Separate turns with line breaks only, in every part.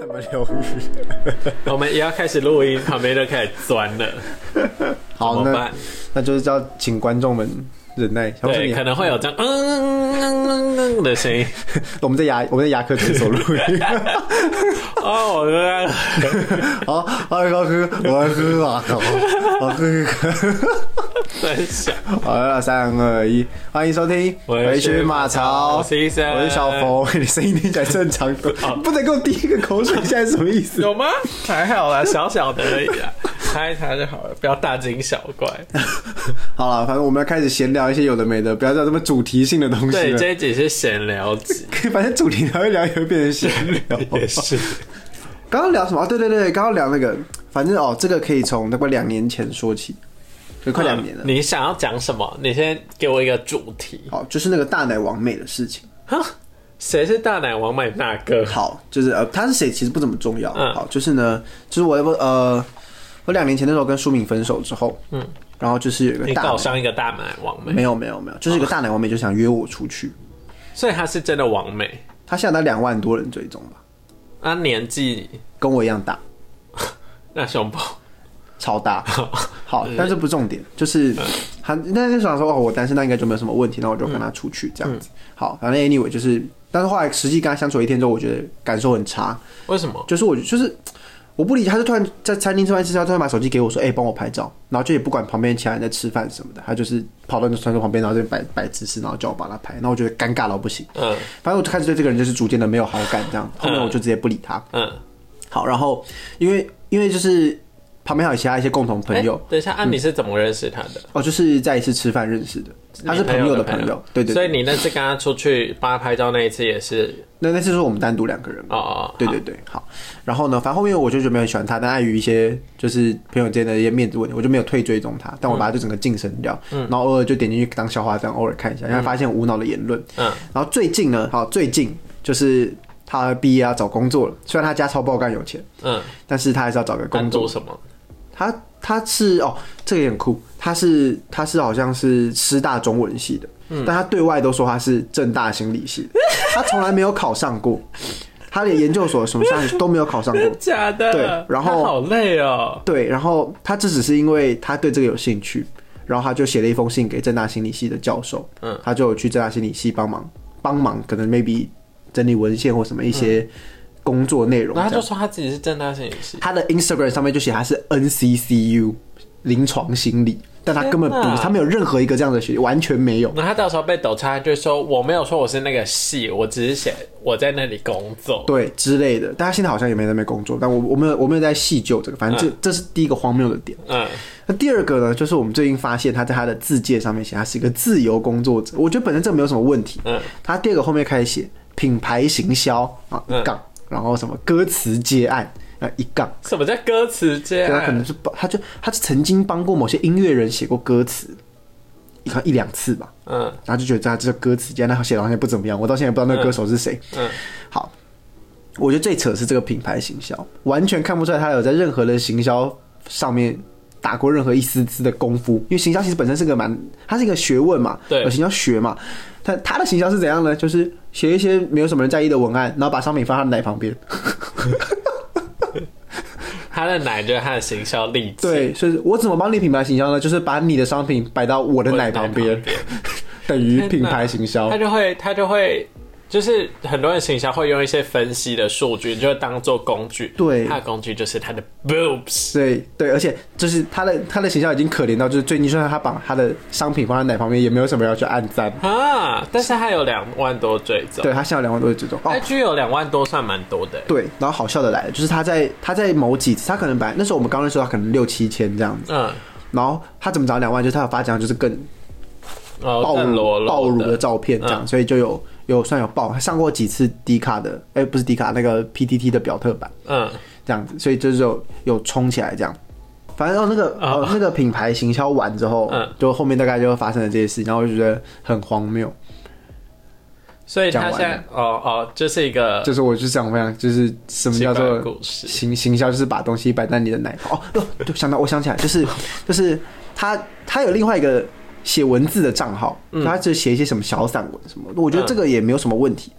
还蛮疗愈。
我们也要开始录音，旁边都开始钻了，怎
好，
么
那
办？
那就是要请观众们忍耐。小
对，
你
可能会有这样嗯嗯嗯嗯嗯的声音。
我们在牙我们在牙科诊所录音。
哦，我的
好，二哥哥，我喝啊，我喝。
在想，
好了，三二一，欢迎收听
我是
回去马槽。
我是医生
我是小冯，你声音听起来正常的，不能给我滴一个口水，现在是什么意思？
有吗？还好啦，小小的而已啊，擦一擦就好了，不要大惊小 怪。
好了，反正我们要开始闲聊一些有的没的，不要再这么主题性的东西
对，
了。
这一集是闲聊集，
反正主题聊一聊也会变成闲聊。
也是
刚刚聊什么？啊对对对，刚刚聊那个，反正哦，这个可以从那个两年前说起，就快两年了。
嗯你想要讲什么？你先给我一个主题。
好，就是那个大奶王妹的事情。
哈，谁是大奶王买大哥？
好，就是呃，他是谁其实不怎么重要。
嗯
好，就是呢，就是我呃，我两年前那时候跟舒敏分手之后，嗯，然后就是有一个
你
大
搞
奶
上一个大奶王美，
没有没有没有，就是有一个大奶王妹就想约我出去，
所以他是真的王美。
她现在两万多人追踪吧，
他年纪
跟我一样大，
那胸部，
超 大。好，但这不重点，就是她那就想说哦，我单身那应该就没有什么问题，那我就跟她出去这样子。好，反正 anyway 就是，但是后来实际跟她相处一天之后，我觉得感受很差，
为什么？
就是我就是我不理解，他就突然在餐厅吃饭吃饭，突然把手机给我说：“哎、帮我拍照。”然后就也不管旁边其他人在吃饭什么的，他就是跑到那餐桌旁边，然后就摆摆姿势，然后叫我把他拍。那我觉得尴尬到不行，
嗯
反正我就开始对这个人就是逐渐的没有好感，这样后面我就直接不理他。
嗯，
好，然后因为因为就是旁边还有其他一些共同朋友
哎，等一下，啊，你是怎么认识他的？
哦，就是在一次吃饭认识的，嗯他是朋友的朋友，对对
所
对。
以你那次跟他出去帮他拍照那一次也是
那那次是我们单独两个人嘛。
哦哦，
对
好
对对，好。然后呢，反正后面我就觉得没有很喜欢他，但碍于一些就是朋友之间的一些面子问题，我就没有退追踪他，但我把
嗯
他就整个晋升掉，然后偶尔就点进去当笑话这样，偶尔看一下，因为发现无脑的言论。
嗯，
然后最近呢，好，最近就是他毕业要找工作了，虽然他家超爆干有钱，
嗯，
但是他还是要找个工
工
作。
作什么？
他他是哦，这个也很酷，他是他是好像是师大中文系的，
嗯
但他对外都说他是正大心理系的，他从来没有考上过，他连研究所什么上都没有考上过。
假的
对然后
他好累哦，
对，然后他这只是因为他对这个有兴趣，然后他就写了一封信给正大心理系的教授，
嗯，
他就有去正大心理系帮忙帮忙，可能 maybe 整理文献或什么一些工作内容这
然
样。
后嗯他就说他自己是正大心理系，
他的 Instagram 上面就写他是 NCCU 临床心理，但他根本不
天哪，
他没有任何一个这样的学历，完全没有。
然后他到时候被抖叉，他就说我没有说我是那个系，我只是写我在那里工作。
对之类的，但他现在好像也没在那边工作，但我我没有我没有在细究这个，反正这、这是第一个荒谬的点。
嗯，
那第二个呢，就是我们最近发现他在他的字界上面写他是一个自由工作者，我觉得本身这没有什么问题。
嗯，
他第二个后面开始写品牌行销啊
嗯
一杠，然后什么歌词接案啊一杠，
什么叫歌词接
对他可
案？
能是帮，他就他是曾经帮过某些音乐人写过歌词，一一两次吧，
嗯
然后就觉得他这个歌词，竟然他写的好像不怎么样，我到现在也不知道那个歌手是谁。
嗯，
好，我觉得最扯的是这个品牌行销，完全看不出来他有在任何的行销上面打过任何一丝丝的功夫，因为行销其实本身是个蛮，它是一个学问嘛，
对
有行销学嘛。但他的行销是怎样呢？就是写一些没有什么人在意的文案，然后把商品放在他的奶旁边。
他的奶就是他的行销例子。
对，所以我怎么帮你品牌行销呢？就是把你的商品摆到我的奶旁边， 等于品牌行销
他。就会他就会就是很多人行销会用一些分析的数据，就当做工具。
对
他的工具就是他的 boobs。
对对，而且就是他的他的行销已经可怜到，就是最近就算他把他的商品放在奶旁边，也没有什么人要去按赞。
啊！但是他有两万多追踪、
对他现在有两万多的追踪哦
i，g 有两万多算蛮多的、
对，然后好笑的来了，就是他在他在某几次，他可能本来那时候我们刚认识他可能六七千这样子，
嗯，
然后他怎么涨两万，就是他有发奖就是更
哦，
暴
更裸
露
露
暴露的
的，
照片这样，所以就有有算有爆，他上过几次迪卡的，哎、不是迪卡那个 PTT 的表特版。
嗯，
这样子，所以就是有有冲起来这样。反正哦，那个
啊
哦，那个品牌行销完之后
嗯，
就后面大概就发生了这些事，情，然后我就觉得很荒谬。
所以他
讲完
现在哦哦，这是一个
就是我就想分享，就是什么
奇
叫
怪
做
的故事，
行行销，就是把东西摆在你的奶泡。哦，不，就想到我想起来，就是 就是他他有另外一个
嗯
写文字的账号，他就写一些什么小散文什么的，我觉得这个也没有什么问题。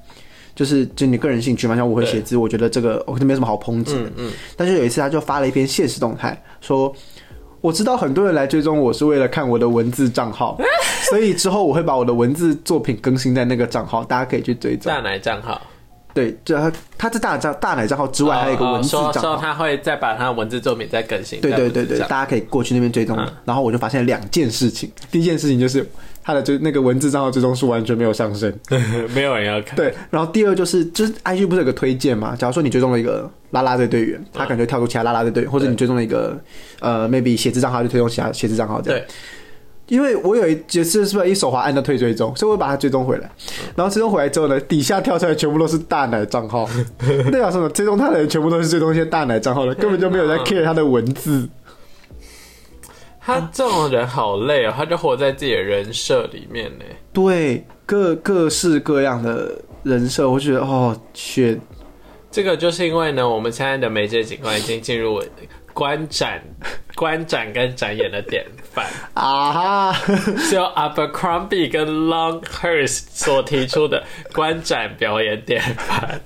就是就你个人兴趣嘛，像我会写字，我觉得这个我、哦、没什么好抨击的。
嗯嗯，
但是有一次他就发了一篇现实动态，说我知道很多人来追踪我是为了看我的文字账 号，所以之后我会把我的文字作品更新在那个账号，大家可以去追踪。
大奶账号
对，就他他这大账大奶账号之外，还有一个
哦哦
文字账号。
说说他会再把他的文字作品再更新。
对
在
对
文字
对对，
账
大家可以过去那边追踪。然后我就发现两件事情，第一件事情就是他的追那个文字账号追踪数完全没有上升，
嗯 没有人要看。
对。然后第二就是就是 IG 不是有个推荐嘛？假如说你追踪了一个啦啦队队员，他可能就跳出其他啦啦队队员，或者你追踪了一个呃 maybe 写字账号，就推踪其他写字账号这样。
对，
因为我有一也是是不是一手滑按到退追踪，所以我把它追踪回来，然后追踪回来之后呢，底下跳出来全部都是大奶账号，代表什么？追踪他的人全部都是追踪一些大奶账号的，根本就没有在 care 他的文字。
他这种人好累哦，他就活在自己的人设里面呢。
对，各各式各样的人设，我觉得哦，选
这个就是因为呢，我们现在的媒介景观已经进入观展、 观展跟展演的典范，
啊哈，
是由 Abercrombie 跟 Longhurst 所提出的观展表演典范。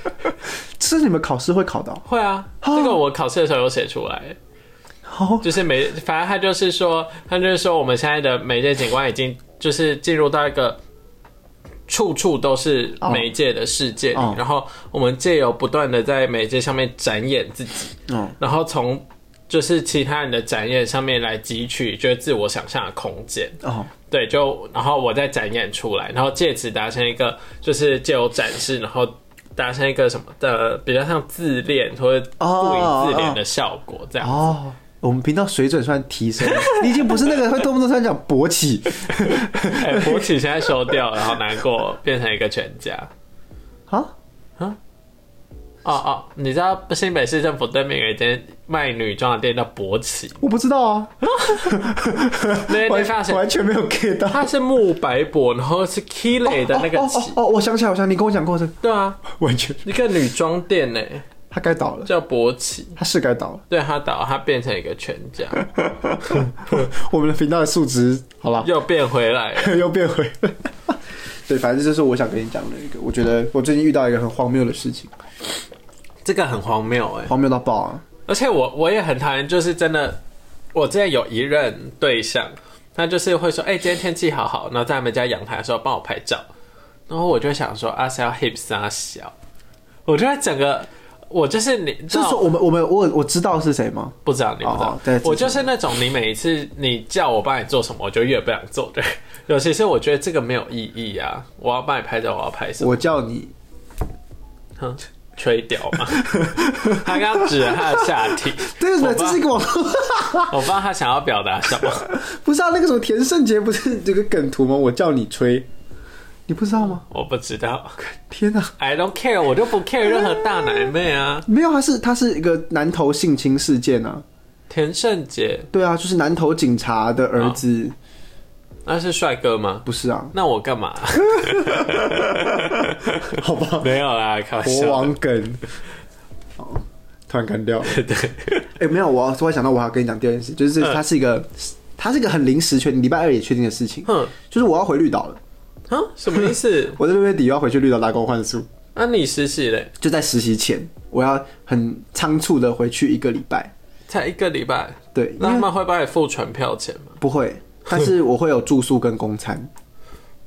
是你们考试会考到
会啊，这个我考试的时候有写出来，
哦，
就是媒，反正他就是说，他就是说我们现在的媒介景观已经就是进入到一个。处处都是媒介的世界里
哦哦
然后我们借由不断的在媒介上面展演自己，
嗯，
然后从就是其他人的展演上面来汲取，就是自我想象的空间。
哦，
对，就然后我再展演出来，然后借此达成一个就是借由展示，然后达成一个什么的比较像自恋或者不以自恋的效果，这样。
哦，我们频道水准算提升了，你已经不是那个会动不动突然讲勃起，
哎，博起现在收掉了，好难过，变成一个全家。
啊，
哦哦，你知道新北市政府对面有一间卖女装的店叫博起，
我不知道啊，
那间
完
店发现
完全没有 get 到。
它是木白柏，然后是 k i l e 的那个
哦
起
哦，哦，我想起来，我想起来你跟我讲过这个，
对啊，
完全
一个女装店呢、
他该倒了，
叫博起，
他是该倒了。
对她倒，她变成一个全家，
我们的频道的数值好了，
又变回来了。
又变回了。对，反正这就是我想跟你讲的一个，我觉得我最近遇到一个很荒谬的事情，
这个很荒谬哎、
荒谬到爆啊！
而且我我也很讨厌，就是真的，我之前有一任对象，他就是会说，哎、今天天气好好，然后在他们家阳台的时候帮我拍照，然后我就想说，啊，是要 hips 啊小，我就在整个，我就是你，
这是我们我们我我知道是谁吗？
不知道你不知
哦
道
哦，对
我就是那种你每一次你叫我帮你做什么，我就越不想做的。尤其是我觉得这个没有意义啊！我要帮你拍照，我要拍什么？
我叫你，
哼 吹掉嘛！他刚刚指了他的下体，
对啊
我
对，
帮
这是一个网络，
我不知道他想要表达什么。
不是啊？那个什么田胜杰不是这个梗图吗？我叫你吹，你不知道吗？
我不知道
天哪、啊
，I don't care，我就不 care 任何大奶妹啊！
没有，他是他是一个南投性侵事件啊，
田胜杰
对啊，就是南投警察的儿子，
那是帅哥吗？
不是啊？
那我干嘛？
好吧，
没有啦，开玩
国
笑。
王梗，哦，突然干掉。对，哎、没有，我突然想到，我还要跟你讲第二件事，就是这它是一个，它是一个很临时确定，礼拜二也确定的事情。
哼，
就是我要回绿岛了，
啊，什么 意思？
我在六月底要回去绿岛打工换宿，
那、你实习嘞？
就在实习前，我要很仓促的回去一个礼拜。
才一个礼拜，
对，
那他们会帮你付船票钱吗？
不 会，但是我会有住宿跟公餐，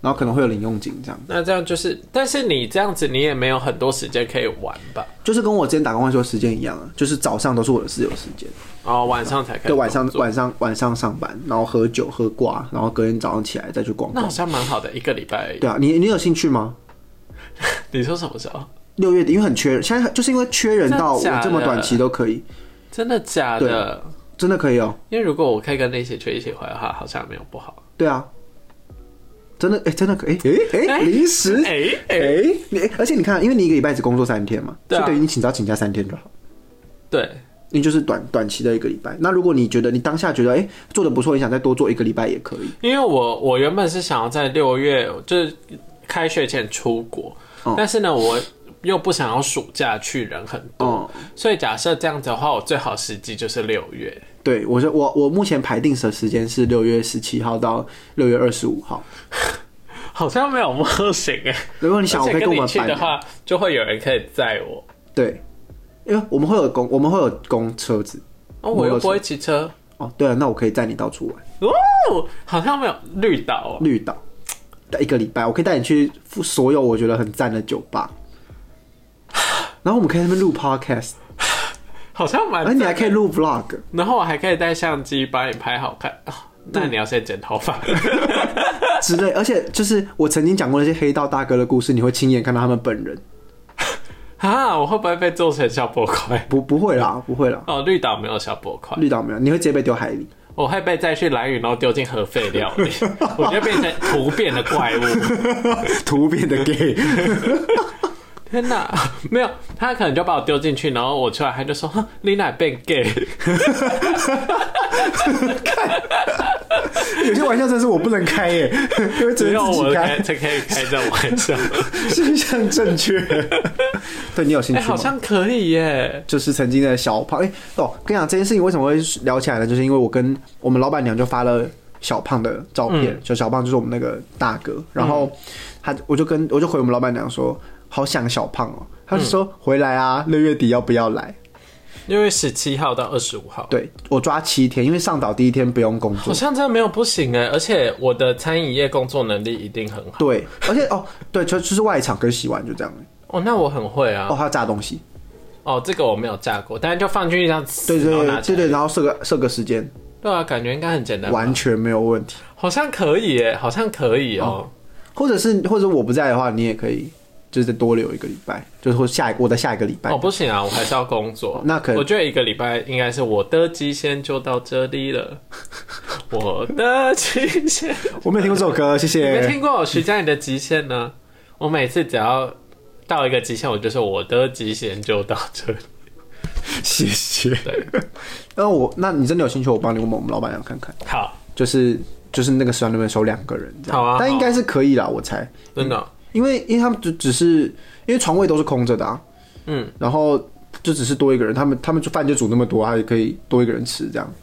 然后可能会有零用金这样。
那这样就是，但是你这样子，你也没有很多时间可以玩吧？
就是跟我之前打工换宿的时间一样啊，就是早上都是我的室友时间，
哦，晚上才可以。
对，晚上。晚上晚上上班，然后喝酒喝挂，然后隔天早上起来再去逛
那
逛
好。像蛮好的，一个礼拜而已。
对啊，你你有兴趣吗？
你说什么时候？
六月底，因为很缺人，现在就是因为缺人到我
真的假
这
的
么短期都可以，
真的假的？
真的可以哦、
因为如果我可以跟你一起去一起回的话，好像没有不好。
对啊，真的哎、真的可以，哎哎
哎
临时哎
哎哎，
你哎而且你看，因为你一个礼拜只工作三天嘛，
对啊
就等于你请早请假三天就好，
对，
你就是短短期的一个礼拜。那如果你觉得你当下觉得哎、做的不错，你想再多做一个礼拜也可以。
因为我我原本是想要在六月就是开学前出国，
哦
但是呢，我又不想要暑假去人很多，
哦、
所以假设这样子的话，我最好时机就是六月。
对我是我我目前排定的时间是六月十七号到六月二十五号，
好像没有模型哎。
如果你想，我
而
可以
且
跟
跟
我
你
们啊
去
班
的
人
话，就会有人可以载我。
对，因为我们会有公，我们会有公车子。
哦，我又不会骑车。
哦，对了，那我可以载你到处玩，
哦，好像没有绿岛、哦，
绿岛，一个礼拜，我可以带你去所有我觉得很赞的酒吧， 然后我们可以在那边录 podcast，
好像蛮
而
赞
哎你
的。
还可以录 vlog，
然后我还可以带相机帮你拍好看。啊那你要先剪头 发。
之类，而且就是我曾经讲过那些黑道大哥的故事，你会亲眼看到他们本人，
啊，我会不会被做成小波块？
不不会啦，不会啦，
哦，绿岛没有小波块，
绿岛没有，你会直接被丢海里。
我会被再去蓝屿，然后丢进核废料里，我就变成突变的怪物。
突变的 gay，
天哪，没有，他可能就把我丢进去，然后我出来，他就说：“哼，丽娜变 gay。
有些玩笑真是我不能开耶，因为”只
只有
能自
我
己
才
开，
才可以开这种玩笑。
性向正确。 对你有兴
哎、
趣
好
吗？
像可以耶。
就是曾经的小胖，哎、哦，跟你讲这件事情为什么会聊起来呢？就是因为我跟我们老板娘就发了小胖的照片，
嗯
就小胖就是我们那个大哥，然后他我就跟我就回我们老板娘说，好想小胖哦，他就说、
嗯
回来啊，六月底要不要来？
六月十七号到二十五号，
对我抓七天，因为上岛第一天不用工
好
作。
像真的没有不行哎，而且我的餐饮业工作能力一定很好。
对，而且哦，对，就就是外场跟洗碗就这样。
哦，那我很会啊。
哦，还有炸东西，
哦，这个我没有炸过，但是就放进去这样呲，
对对
然后
对
拿起
对
来。
对，然后设个设个时间，
对啊，感觉应该很简单吧，
完全没有问题。
好像可以耶，好像可以哦。
或者是或者我不在的话，你也可以就是多留一个礼拜，就是或下一我的下一个礼拜。
哦，不行啊，我还是要工作。
那可以
我觉得一个礼拜应该是我的极限就到这 里了。我的极限，
我没有听过这首歌，谢
你没
谢。
听过我徐佳莹的极限呢？我每次只要到一个极限，我就说我的极限就到这里。
谢谢。
对，
那我那你真的有兴趣，我帮你问我们老板娘看看，
好，
就是就是那个时段那边收两个人这样，
好啊
但应该是可以啦，我猜，
真的哦，
因为因为他们只只是因为床位都是空着的啊，
嗯，
然后就只是多一个人，他们他们就饭就煮那么多，他也可以多一个人吃这样，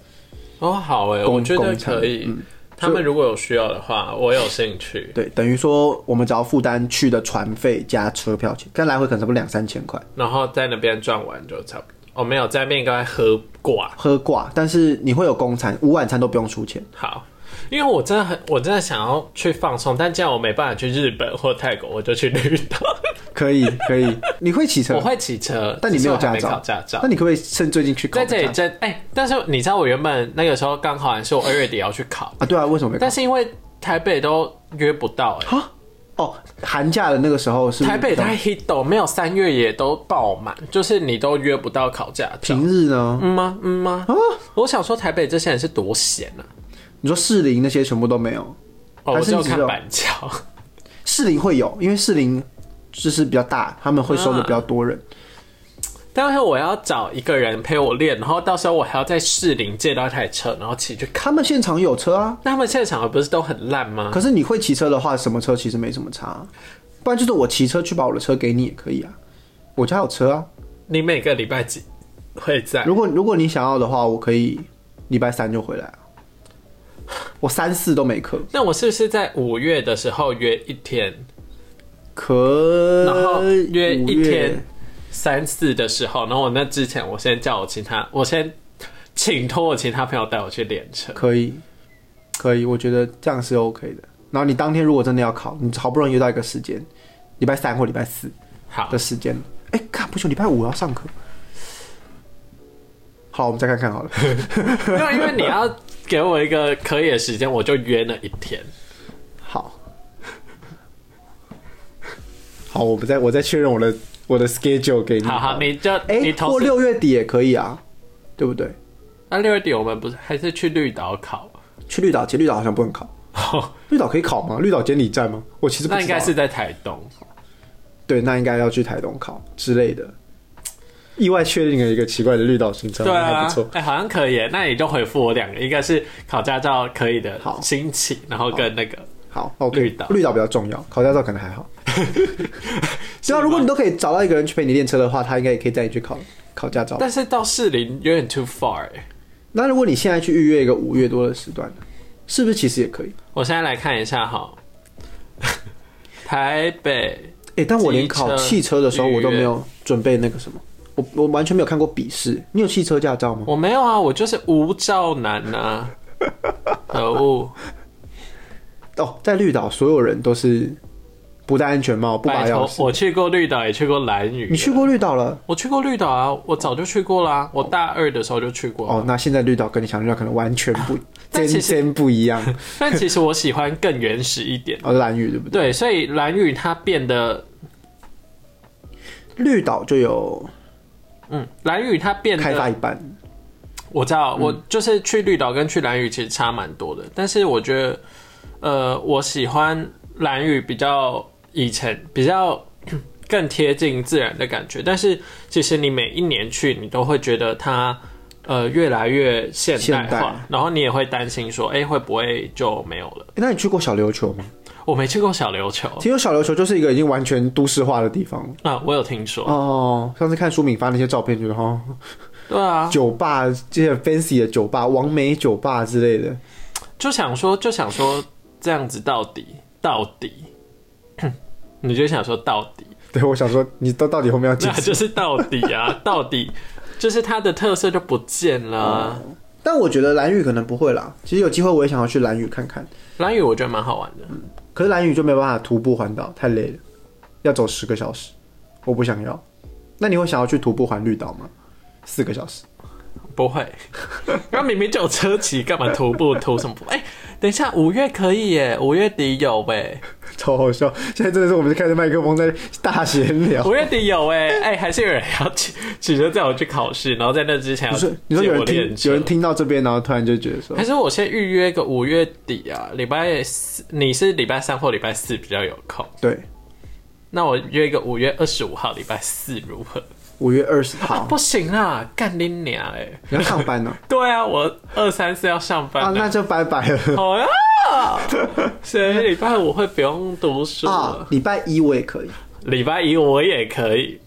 哦，好哎，
公
我觉得
公餐
可以。他们如果有需要的话，我有兴趣。
对，等于说我们只要负担去的船费加车票钱，但来回可能差不多两三千块。
然后在那边转完就差不多。哦，没有，在那边应该喝寡。
喝挂，但是你会有公餐，午晚餐都不用出钱。
好，因为我真的很，我真的想要去放松，但既然我没办法去日本或泰国，我就去绿岛。
可以，可以。你会骑车
我？会骑车，
但你
只是
没有
我还
驾
没
照
考驾照
那。你可不可以趁最近去考
在
个
这里
驾照
真哎、但是你知道我原本那个时候刚考完，是我二月底要去考，
啊？对啊，为什么没考
但？是因为台北都约不到、 哎，
啊？哦，寒假的那个时候是
台北太 hit 哦，没有三月也都爆满，就是你都约不到考驾照。
平日呢？
嗯吗？嗯吗？
啊
我想说台北这些人是多闲啊！
你说士林那些全部都没有，
哦，
还
我
是
就
你只
看
有
板桥。
士林会有，因为士林就是比较大，他们会收的比较多人。
啊但是我要找一个人陪我练，然后到时候我还要在士林借到一台车，然后骑去看。
他们现场有车啊，
那他们现场不是都很烂吗？
可是你会骑车的话，什么车其实没什么差、啊不然就是我骑车去把我的车给你也可以啊，我家有车啊。
你每个礼拜几会在？
如果如果你想要的话，我可以礼拜三就回来啊。我三四都没课，
那我是不是在五月的时候约一天，
可
然后约
五
一天三四的时候，然后我那之前我先叫我其他，我先请托我其他朋友带我去练车。
可以，可以，我觉得这样是 OK 的。然后你当天如果真的要考，你好不容易约到一个时间，礼拜三或礼拜四
好
的，时间，哎、看不行，礼拜五要上课。好，我们再看看 好了。
没有，因为你要给我一个可以的时间，我就约那一天。
好，好，我不再我再确认我的我的 schedule 给你
好好，
了
你就
哎、
你
或
同时
六月底也可以啊，对不对？
那啊六月底我们不是还是去绿岛考？
去绿岛，其实绿岛好像不能考。绿岛可以考吗？绿岛监理站吗？我其实不知道啊
那应该是在台东。
对，那应该要去台东考之类的。意外确定了一个奇怪的绿岛行程，
对
还
啊
不错，。
哎、好像可以耶。那你就回复我两个，一个是考驾照可以的
好
兴起，然后跟那个
好，OK，
绿岛
绿岛比较重要，考驾照可能还 好。对啊，如果你都可以找到一个人去陪你练车的话，他应该也可以带你去考考驾照。
但是到士林有点 too far 哎。
那如果你现在去预约一个五月多的时段，是不是其实也可以？
我现在来看一下哈， 台北
哎、但我连考
机车
汽车的时候，我都
旅
没
院
有准备那个什么，我我完全没有看过笔试。你有汽车驾照吗？
我没有啊，我就是无照男 啊，呃可恶！
哦，在绿岛，所有人都是不戴安全帽，不拔
拜
钥
托，
匙。
我去过绿岛，也去过蓝屿。
你去过绿岛了？
我去过绿岛啊，我早就去过啦、我大二的时候就去过。
哦，那现在绿岛跟你想象可能完全不，真
但其实
真不一样。。
但其实我喜欢更原始一点
哦，蓝屿对不对？
对，所以蓝屿它变得，
绿岛就有
嗯，蓝屿它变
开发嗯
得，
一半，
我知道，我就是去绿岛跟去蓝屿其实差蛮多的。但是我觉得，呃，我喜欢蓝屿比较以前比较 更贴近自然的感觉。但是其实你每一年去，你都会觉得它。呃，越来越现代
现
化，
代嗯
然后你也会担心说，哎、会不会就没有了？
诶那你去过小琉球吗？
我没去过小琉球
其实小琉球就是一个已经完全都市化的地方了
啊，我有听说，
哦。上次看舒敏发那些照片，觉得哦，
对啊，
酒吧这些 fancy 的酒吧、完美酒吧之类的，
就想说，就想说这样子到底到底， 你就想说到底，
对我想说，你到到底后面要解
那
释？
就是到底 啊，到底就是它的特色就不见了啊。
但我觉得蓝屿可能不会啦。其实有机会我也想要去蓝屿看看，
蓝屿我觉得蛮好玩的，
可是蓝屿就没办法徒步环岛，太累了，要走十个小时，我不想要。那你会想要去徒步环绿岛吗？四个小时？
不会，那明明就有车骑，干嘛徒步徒什么步？哎、等一下，五月可以耶，五月底有呗，
超好笑！现在真的是我们开着麦克风在大闲 聊。
五月底有哎，哎、还是有人要骑骑车载我去考试，然后在那之前
不
要
是，你说有
借
人
我练
听，
车
有人听到这边，然后突然就觉得说
还，是我先预约个五月底啊，礼拜四，你是礼拜三或礼拜四比较有空，
对，
那我约一个五月二十五号礼拜四如何？
五月二十
啊
号，
不行啦，干你娘哎、欸！
你要上班呢、
对啊，我二三四要上
啊，
班的，
那就拜拜 了
好呀、 所以礼拜五会不用读书
啊
了，。
礼拜一我也可以，
礼拜一我也可以。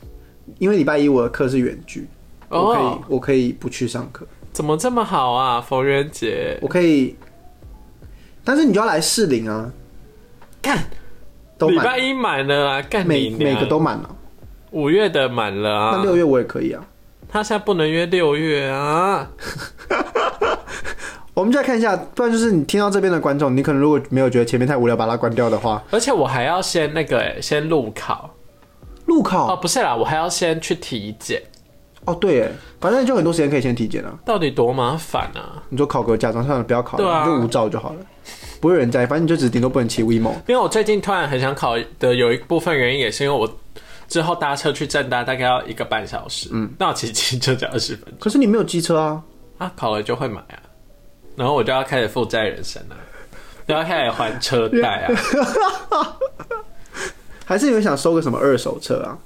因为礼拜一我的课是远距，我可
哦
以，我可以不去上课，
怎么这么好啊，冯元杰？
我可以，但是你就要来适龄啊，
干，
都
礼
满
拜
了，
一满了啊，干你
每
娘！
每个都满了，
五月的满了
那
啊，
六月我也可以啊。
他现在不能约六月啊。
我们就来看一下，不然就是你听到这边的观众，你可能如果没有觉得前面太无聊，把它关掉的话，
而且我还要先那个、欸，先路考
路
哦，
考
不是啦，我还要先去体检，
哦，对耶，反正就很多时间可以先体检啊。
到底多麻烦啊！
你说考个驾照算了，不要考了，
对
你
啊
就无照就好了，不会有人在，反正你就只顶多不能骑 WeMo。
因为我最近突然很想考的有一部分原因，也是因为我之后搭车去正大大概要一个半小时，嗯，那我骑骑车只要二十分钟
可是你没有机车啊，
啊，考了就会买啊，然后我就要开始负债人生 了、就要开始还车贷啊，
还是有人想收个什么二手车啊？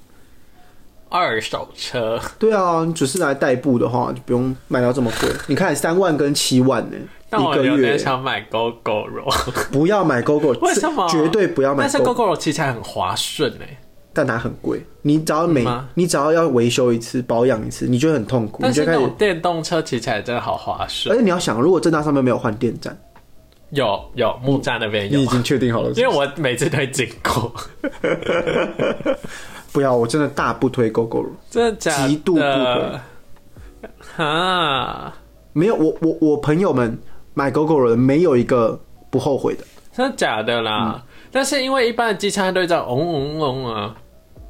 二手车，
对啊，你只是拿来代步的话，就不用卖到这么贵。你看三万跟七万呢、
但
一
我
个
有点
月
想买 GoGo 肉，
不要买 GoGo，
为什么？
绝对不要买
但是
GoGo，
GoGo 肉骑起来很划顺哎、
但它很贵。你只要每
嗯吗
你只要要维修一次、保养一次，你就会很痛苦，你
但
就是开
那
始哎
种。电动车骑起来真的好划算
而。且你要想，如果正大上面没有换电站，
有有木栅那边有
你已，经确定好了
因为我每次都会经过，
不要，我真的大不推 GoGo 了。
真的假的？
极度不回
啊，
没有，我我我朋友们买 GoGo 的人没有一个不后悔的。
真的假的
嗯
啦？但是因为一般的机枪都会这样嗡嗡嗡啊，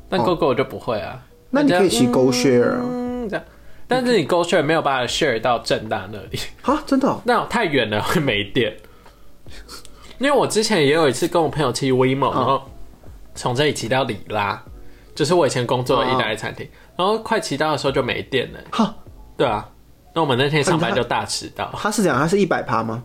但
哦
GoGo 我就不会啊。
那你可以骑
它
Go Share
就
啊
嗯这样，但是你 Go Share 没有办法 share 到正大那里，
啊，真的哦、
那太远了会没电。因为我之前也有一次跟我朋友去
嗯
WeMo，然后从这里骑到里拉，就是我以前工
嗯
作的意大利餐厅，然后快骑到的时候就没电了。
哈，
对啊，那我们那天上班
很
就大迟到。
他是讲他是一百趴吗？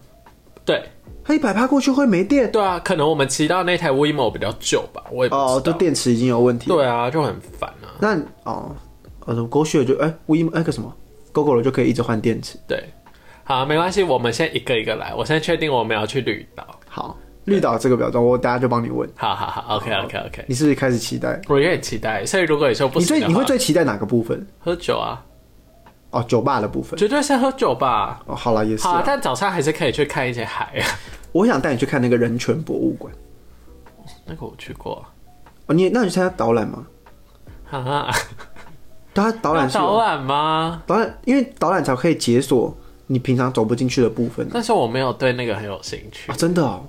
对
他一百趴过去会没电？
对啊，可能我们骑到那台 WeMo 比较旧吧，我也不知道。
哦，就电池已经有问题。，
对啊，就很烦啊。
那哦，呃，狗血就哎，V 那个什么，GoGo 就可以一直换电池。
对，好，没关系，我们先一个一个来。我先确定我们要去绿岛。
好，绿岛这个表重，我等下就帮你问。
好好好，OK OK OK，
你是不是开始期待？
我有点期待。所以如果你说不
你
行
最
的
你
话
会，最期待哪个部分？
喝酒啊，
哦，酒吧的部分。
绝对是喝酒吧。
哦，好了，也是
好、啊，
啊。
但早上还是可以去看一些海啊。
我想带你去看那个人权博物馆。
那个我去过啊，
哦，你也那你去参加导览吗？
啊，
对，它啊导览是有
导览吗？
导览，因为导览才可以解锁你平常走不进去的部分啊、
但是我没有对那个很有兴趣
啊，，真的哦，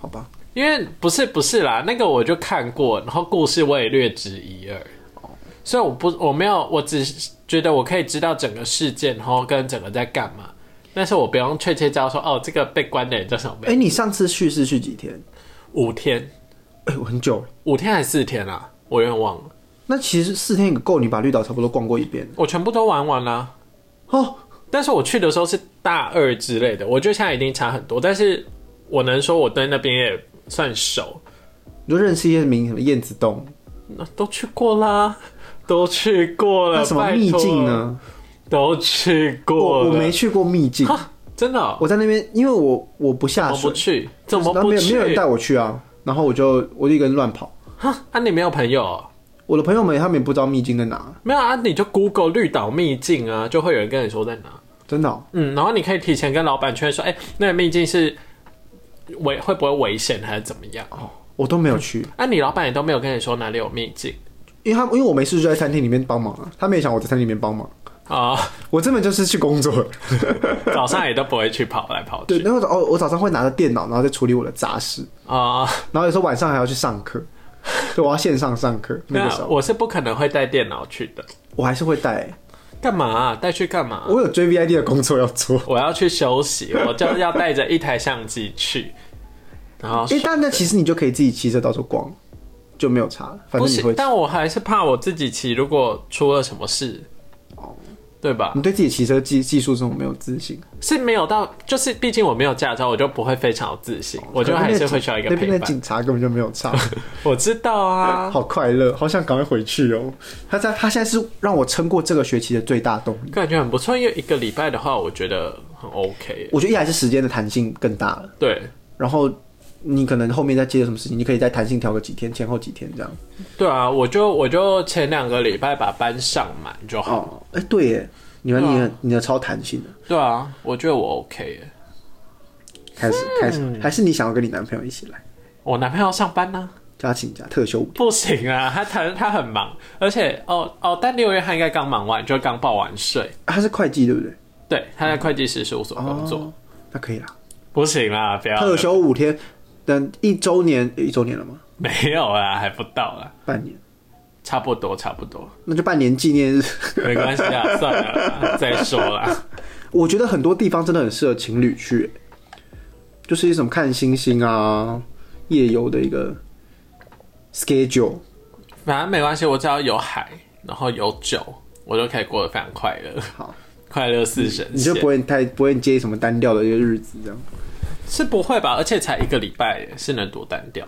好吧，
因为不是不是啦，那个我就看过，然后故事我也略知一二，所以我不我没有，我只是觉得我可以知道整个事件，然后跟整个在干嘛，但是我不用确切知道说哦，这个被关的人叫什么
哎、
名？
你上次去是去几天？
五天，
哎、我很久了。
五天还是四天啊？我有点忘了，
那其实四天也够你把绿岛差不多逛过一遍了
我全部都玩完啦。
哦。
但是我去的时候是大二之类的，我觉得现在已经差很多，但是我能说我对那边也算熟，
你就认识一些名什么燕子洞，
那都去过啦，都去过了。
那什么
拜
秘
托
境？呢？
都去过
我
了。
我没去过秘境，
啊，真的哦、
我在那边，因为我我不下
我
水
不，去，怎么
然后
不
没有没
去？
有人带我去啊，然后我就我就一个人乱跑。
哈，啊，你没有朋友哦、
我的朋友们他们也不知道秘境在哪，
没有啊，你就 Google 绿岛秘境啊，就会有人跟你说在哪。
真的哦、
嗯，然后你可以提前跟老板确认说，哎、那个秘境是危会不会危险还是怎么样？
我都没有去，
啊，你老板也都没有跟你说哪里有秘境
因为他因为我没事就在餐厅里面帮忙啊，他们也想我在餐厅里面帮忙，
啊、
我根本就是去工 作。
早上也都不会去跑来跑
对，
去
然后哦，我早上会拿着电脑，然后再处理我的杂事，
啊。
然后有时候晚上还要去上课，对，我要线上上 课。那
那、
个时候
我是不可能会带电脑去的，
我还是会带、
干嘛啊带、去干嘛啊、
我有 JVID 的工作要做。
我要去休息，我就是要带着一台相机去，然后
哎、但那其实你就可以自己骑车到处逛，就没有差了。反
不
正你
是，
会，
但我还是怕我自己骑，如果出了什么事，对吧？
你对自己骑车技技术这种没有自信，
是没有到，就是毕竟我没有驾照，我就不会非常有自信，我就还是会需要一个
哦那边
陪
的
伴。
警察根本就没有 差，
我知道啊，
好快乐，好想赶快回去哦。他在他现在是让我撑过这个学期的最大动力。
感觉很不错，因为一个礼拜的话，我觉得很 OK。
我觉得一来是时间的弹性更大了，
对
然后你可能后面再接着什么事情，你可以再弹性调个几天，前后几天这样。
对啊，我就我就前两个礼拜把班上满就好。
哦，哎、对啊耶，你们你的你的超弹性的，
对啊，我觉得我 OK 耶。
开始开始，还是你想要跟你男朋友一起来，
我男朋友上班呢、
叫他请假特休五天
不行啊，他他他很忙，而且哦哦，但六月他应该刚忙完，就刚报完税。
啊他是会计对不对？
对，他在会计师事务所工作。
哦，那可以啦。
不行啦，不要
特
了
休五天，等一周年一周年了吗？
没有啦，还不到啦，
半年，
差不多差不 多，
那就半年纪念日。
没关系啦，算了啦，再说啦。
我觉得很多地方真的很适合情侣去，就是一种看星星啊、夜游的一个 schedule。
反正没关系，我只要有海，然后有酒，我就可以过得非常快乐。
好，
快乐似神仙，
你就不会太不会介意什么单调的一个日子这样。
是不会吧？而且才一个礼拜耶，是能多单调？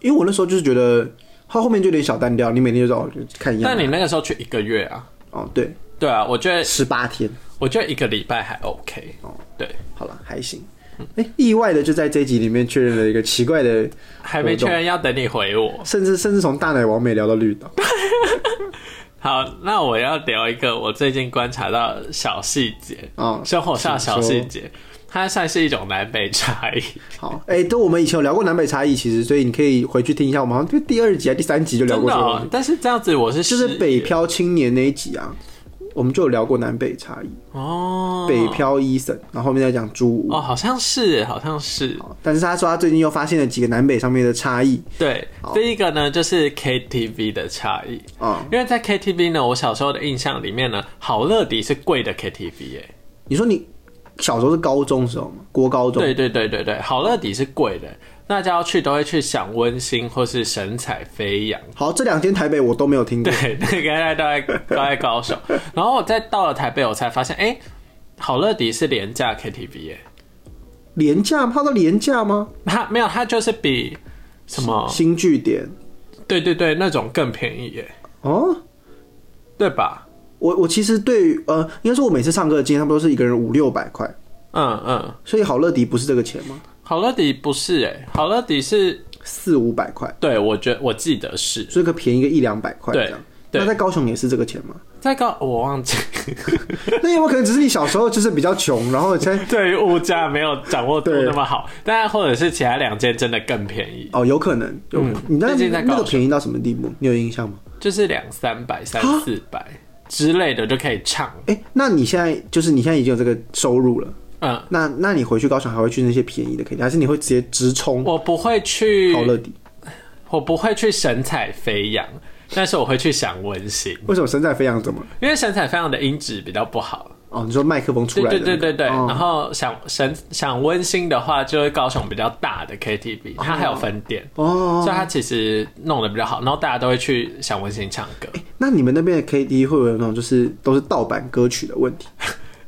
因为我那时候就是觉得，它后面就有点小单调，你每天就找看一样
但
的。
你那个时候去一个月啊？
哦，对，
对啊，我觉得
十八天，
我觉得一个礼拜还 OK。对，
好了，还行。哎、意外的就在这一集里面确认了一个奇怪的，
还没确认，要等你回我。
甚至甚至从大奶王美聊到绿岛。
好，那我要聊一个我最近观察到的小细节，
嗯
生活上的小
请
细
说
节，它算是一种南北差异。
好，哎、都我们以前有聊过南北差异，其实所以你可以回去听一下，我们好像就第二集还是啊第三集就聊
真
过
的
这个
哦、
东西，
但是这样子我是
就
失
是
忆
北漂青年那一集啊，我们就有聊过南北差异，
哦，
北漂伊森，然后后面再讲朱武。
哦，好像是，好像是
好但是他说他最近又发现了几个南北上面的差异
对。第一个呢，就是 KTV 的差异，
啊、
因为在 KTV 呢，我小时候的印象里面呢，好乐迪是贵的 KTV 哎、
你说你小时候是高中的时候吗？国高中？
对对对对对，好乐迪是贵的，大家要去都会去想温馨或是神采飞扬。
好，这两天台北我都没有听过。
对， 那个大家都在都在高手。然后我再到了台北，我才发现，哎、好乐迪是廉价 KTV 耶、
廉价？他到廉价吗？
它没有，它就是比什么？
新据点
对对对，那种更便宜耶、
哦。
对吧？
我我其实对于呃，应该说我每次上课的经验，差不多是一个人五六百块，
嗯嗯，
所以好乐迪不是这个钱吗？
好乐迪不是哎、好乐迪是
四五百块，
对我觉我记得是
所以可便宜个一两百块这
对
样。，
对
那在高雄也是这个钱吗？
再高我忘记，
那有没有可能只是你小时候就是比较穷，然后 才
对于物价没有掌握度
对
那么好，但或者是其他两间真的更便宜，
哦，有可能，有可能。你那
嗯最近在高
那
雄
个便宜到什么地步？你有印象吗？
就是两三百、三四百之类的就可以唱。
哎、那你现在就是你现在已经有这个收入了，
嗯，
那那你回去高雄还会去那些便宜的 K 店，还是你会直接直冲
我不会去
好乐迪？
我不会去神采飞扬，但是我会去想温馨，
为什么身在飞扬怎么？
因为神采飞扬的音质比较不好。
哦，你说麦克风出
对
来的
对
那个、
对对对，
哦
然后想神想温馨的话，就是高雄比较大的 KTV，它还有分店，
哦，
所以它其实弄得比较好，然后大家都会去想温馨唱歌。
那你们那边的 K T 会不会有那种就是都是盗版歌曲的问题？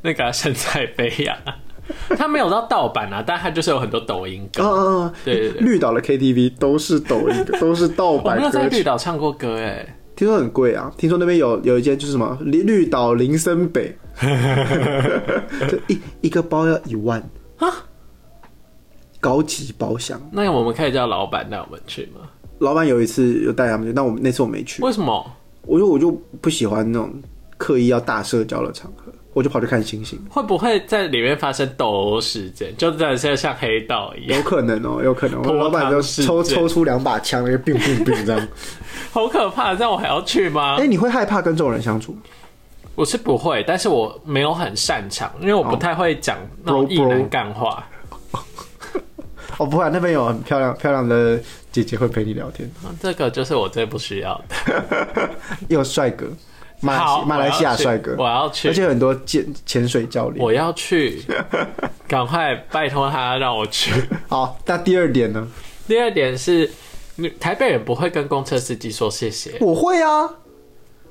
那个神采飞扬，啊 它没有到盗版啊，但它就是有很多抖音
哦
歌。
哦哦，
对对对
绿岛的 K T V 都是抖音，都是盗
我
版
没有在
歌
绿
曲。
岛唱过歌哎、
听说很贵啊，听说那边有有一间就是什么绿绿岛林森北，就一一个包要一万
啊，
高级包厢。
那我们可以叫老板带我们去吗？
老板有一次有带他们去，但我们那次我没去，
为什么
我就我就不喜欢那种刻意要大社交的场合，我就跑去看星星。
会不会在里面发生斗殴事件？就真的是像黑道一样，
有可能哦、有可能。我
泼
老板就
汤事
抽
件
抽出两把枪，那个并并并这样。
好可怕！这样我还要去吗
哎、？你会害怕跟这种人相处吗？
我是不会，但是我没有很擅长，因为我
哦
不太会讲那种
Bro,
异男
bro
干话。
哦，不会啊，那边有很漂亮漂亮的姐姐会陪你聊 天，
那这个就是我最不需要的。
也有帅哥，马来
好，
西马来西亚帅哥，
我要
而
去，
且有很多潜潜水教练。
我要去，我要去 赶快拜托他让我去。
好，那第二点呢？
第二点是，你台北人不会跟公车司机说谢谢，
我会啊，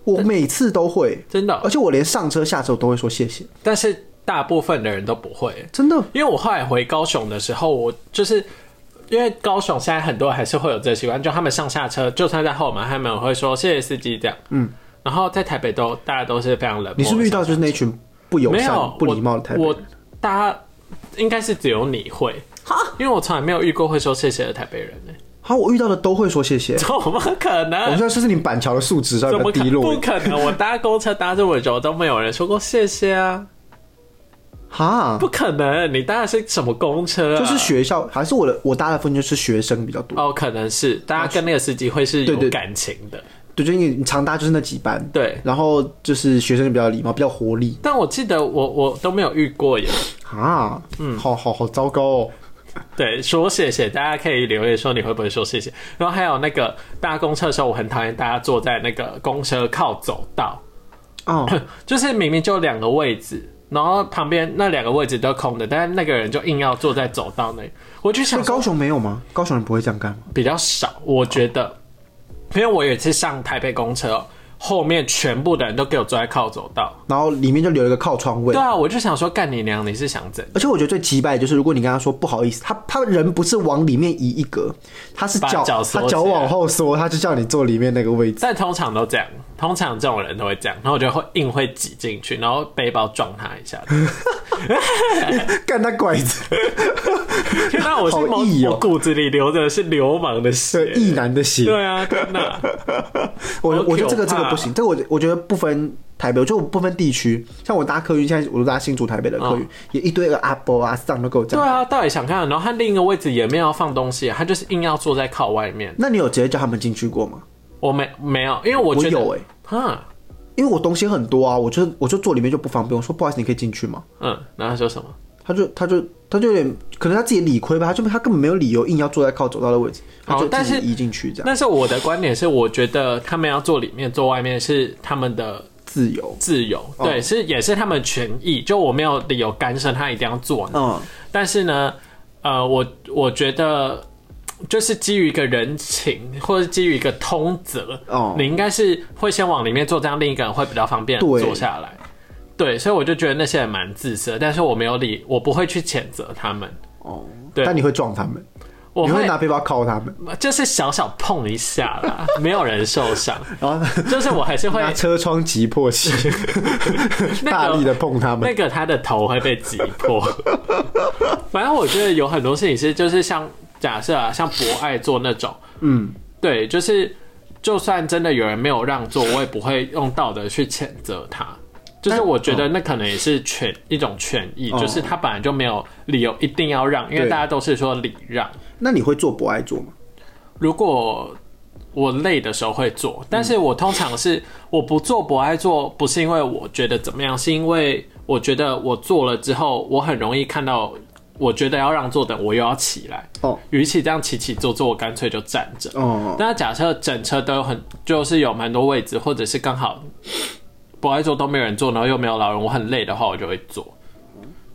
我每次都会，
真的
而。且我连上车下车都会说谢谢，
但是大部分的人都不会，
真的。
因为我后来回高雄的时候，我就是因为高雄现在很多人还是会有这个习惯，就他们上下车，就算在后门，他们也会说谢谢司机这样。嗯，然后在台北都大家都是非常冷漠。
你是不是遇到就是那群不友
没
善
有、
不礼貌的台北
我
人？
我大家应该是只有你会。因为我从来没有遇过会说谢谢的台北人呢、
好，我遇到的都会说谢谢。
怎么可
我
能
们？这是不是你板桥的素质稍微
怎
比较
么可
低落
不可能？我搭公车搭这么久都没有人说过谢谢啊！
哈，
不可能，你搭的是什么公车、啊？
就是学校还是我的我搭的分就是学生比较多，
哦，可能是大家跟那个司机会是
对
有
对
感情的，
对，就因为你常搭就是那几班，
对。
然后就是学生比较礼貌，比较活力
但我记得我我都没有遇 过耶。
啊，嗯，好好好糟糕哦，
对，说谢谢，大家可以留言说你会不会说谢谢。然后还有那个搭公车的时候，我很讨厌大家坐在那个公车靠走道，
哦，
就是明明就两个位置，然后旁边那两个位置都空的，但是那个人就硬要坐在走道那里。我就
那
想说
高雄没有吗？高雄人不会这样干吗？
比较少，我觉
哦
得，因为我有一次上台北公车哦，后面全部的人都给我坐在靠走道。
然后里面就留一个靠窗位
对。啊，我就想说干你娘，你是想怎样？
而且我觉得最击败的就是，如果你跟他说不好意思，他他人不是往里面移一格，他是
把
脚
脚缩
他脚
起来
往后缩，他就叫你坐里面那个 位置。
但通常都这样，通常这种人都会这样，然后我就会硬会挤进去，然后背包撞他一下。
干他拐子，
天哪，我是
好
毛
意哦
我骨子里流的是流氓的
这
血。
意男的血。
对啊，天哪，
我
好
我觉得这个
可
这
怕
个不行，这个我我觉得不分台北，我觉得我不分地区。像我搭客运，现在我都搭新竹、台北的客运，也一堆个阿伯啊、上都给我这
嗯对
样。
啊，到底想看？然后他另一个位置也没有要放东西，他就是硬要坐在靠外面。
那你有直接叫他们进去过吗？
我没没有，因为我
我
觉得
有哎、
哈，
因为我东西很多啊，我就我就坐里面就不方便。我说不好意思，你可以进去吗？
嗯，然后他说什么？
他就他就他就有点可能他自己理亏吧，他就他根本没有理由硬要坐在靠走道的位置，他
好
就
但
自己
是
移进去这样
但是我的观点是，我觉得他们要坐里面，坐外面是他们的
自由。
自由，
哦
对，是也是他们的权益。就我没有理由干涉他一定要做呢。
嗯，
但是呢，呃，我我觉得就是基于一个人情，或者基于一个通则，
哦
你应该是会先往里面坐，这样另一个人会比较方便
对
坐下来。对，所以我就觉得那些人蛮自私的，但是我没有理，我不会去谴责他们，
哦，
对
但你会撞他们，
我
你
会
会拿背包靠他们，
就是小小碰一下啦，没有人受 伤，
然后
就是我还是会
拿车窗击破 器，大力的碰他们。
那个他的头会被挤 破。反正我觉得有很多事情是，就是像假设啊，像博爱做那种，嗯，对，就是就算真的有人没有让座，我也不会用道德去谴责他。就是我觉得那可能也是权一种权益，
哦
就是他本来就没有理由一定要让，因为
对
大家都是说礼让。
那你会做博爱座吗？
如果我累的时候会做，但是我通常是我不做不爱做，不是因为我觉得怎么样，是因为我觉得我做了之后，我很容易看到我觉得要让座的，我又要起来。
哦
与其这样起起坐坐，我干脆就站着。
哦，
那假设整车都有很，就是有蛮多位置，或者是刚好不爱坐都没有人坐，然后又没有老人，我很累的话，我就会坐。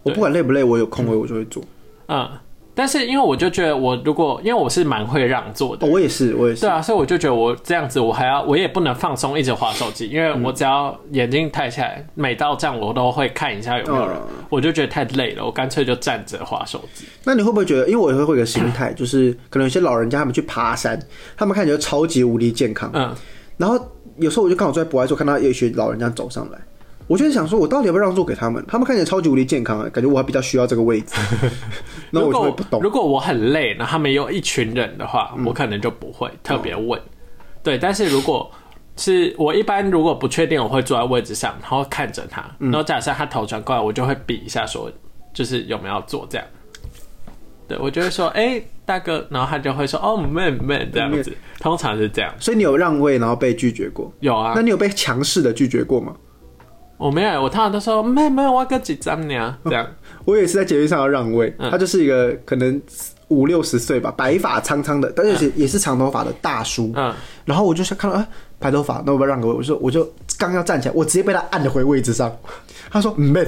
我不管累不累，我有空位我就会做。
嗯，但是因为我就觉得我如果因为我是蛮会让座的
哦，，我也是，我也是
对。啊，所以我就觉得我这样子，我还要我也不能放松，一直划手机，因为我只要眼睛抬起来，每到站我都会看一下有没有人，
嗯
我就觉得太累了，我干脆就站着划手机。
那你会不会觉得，因为我也会有一个心态，就是可能有些老人家他们去爬山，他们看起来就超级无敌健康，
嗯，
然后有时候我就刚好坐在博爱座，看到有一群老人家走上来，我就在想说，我到底要不要让座给他们？他们看起来超级无敌健康、感觉我还比较需要这个 位置，那
如
我就
果
会不懂。嗯
如果我很累，然后他们有一群人的话，我可能就不会特别问。对，但是如果是我一般如果不确定，我会坐在位置上，然后看着他，
嗯
然后假设他头转过来，我就会比一下说，就是有没有要坐这样。对，我就会说，哎、大哥，然后他就会说，哦，妹妹这样子，通常是这样。
所以你有让位，然后被拒绝过？
有啊
那，你有被强势的拒绝过吗？
我没有，我通常都说，妹妹，我个几张呢？这样，
我也是在捷运上要让位，
嗯
他就是一个可能五六十岁吧，白发苍苍的，但是也也是长头发的大叔。
嗯，
然后我就想看到啊，白头发，那我不要让给我，我说我就刚要站起来，我直接被他按回位置上。 他说嗯 man，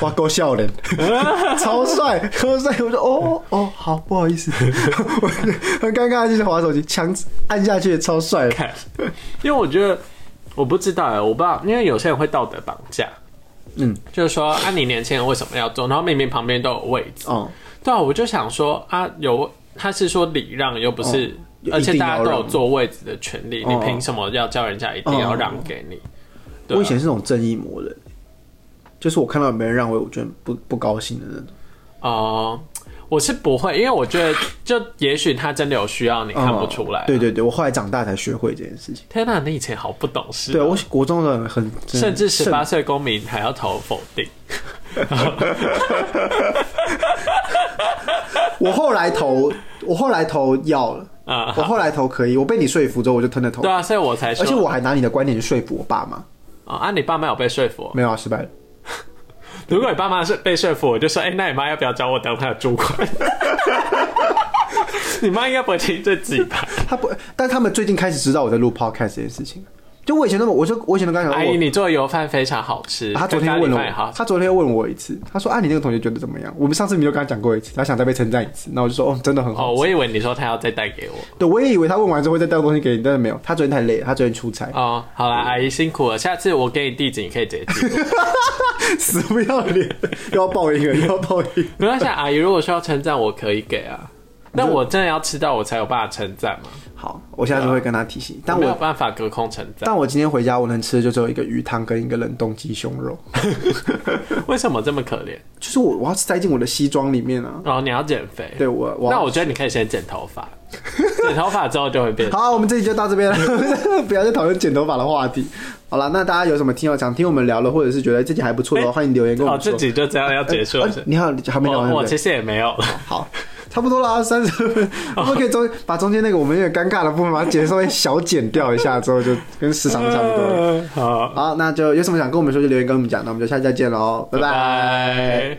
哇 够笑 脸，超帅，超帅。我说哦哦好，不好意思， 我很尴尬，就是滑手机，强按下去，超帅。
看，因为我觉得我不知道哎，我不知道，因为有些人会道德绑架，
嗯，
就是说啊，你年轻人为什么要做？然后明明旁边都有位置，
哦，
对啊，我就想说啊，有他是说礼让，又不是，
哦
而且
一定要
大家都有
让
坐位置的权利，
哦
你凭什么要叫人家一定要让给你？对啊
我以前是那种正义魔人，就是我看到没人让位，我就很不不高兴的那种。
哦、我是不会，因为我觉得就也许他真的有需要，你看不出来。啊
嗯对对对，我后来长大才学会这件事情。
天哪、你以前好不懂事、
对，我国中的很
啊甚至十，八
很
岁公民还要投否定。
我后来投，我后来投要了
啊
我后来投可以，我被你说服之后，我就吞了头
对，啊，所以我才说，
而且我还拿你的观点去说服我爸妈，
哦啊，你爸妈有被说服哦？
没有啊，失败了。
如果你爸妈是被说服，我就说，哎、那你妈要不要找我当她的主管？ 你妈应该不会听这集吧？
他不，但他们最近开始知道我在录 podcast 这件事情。就我以前那么，我就我以前都跟他讲
阿
说
姨，
我，
你做的油饭非常好吃，
他昨天
跟
问
咖
了
喱饭也好
我，
吃。
他昨天问我一次，他说啊，你那个同学觉得怎么样？我们上次没有跟他讲过一次，他想再被称赞一次，那我就说哦，真的很
哦，
好。
我以为你说他要再带给我。
对，我也以为他问完之后会再带东西给你，但是没有，他昨天太累了，他昨天出差，
哦，好啦，阿姨辛苦了，下次我给你地址，你可以直接 寄我。
死不要脸，又要报应了，又要报应。
没关系，啊阿姨如果需要称赞，我可以给啊。那我真的要吃到我才有办法称赞嘛？
好，我下次会跟他提醒。但
没有
我
办法隔空称赞，
但我今天回家，我能吃的就只有一个鱼汤跟一个冷冻鸡胸肉，
为什么这么可怜？
就是我我要塞进我的西装里面啊。
然后你要减肥，
对我，我
那
要
我觉得你可以先剪头 发，剪头发之后就会变
好，我们这集就到这边了， 不要再讨论剪头发的话题。好了，那大家有什么听友想听我们聊了，或者是觉得这集还不错的话，
哎
欢迎留言跟我
哦，
们说。
这集就这样要结束
呃
了。
呃你好，还没聊完
我
对
我
不
哦其
对？
实也哦没有了，
好，差不多了，三十 分，我们可以中把中间那个我们有点尴尬的部分，把它剪稍微小剪掉一下，之后就跟时长差不多了。
好，
好，那就有什么想跟我们说就留言跟我们讲，那我们就下期再见喽，拜
拜
拜
拜。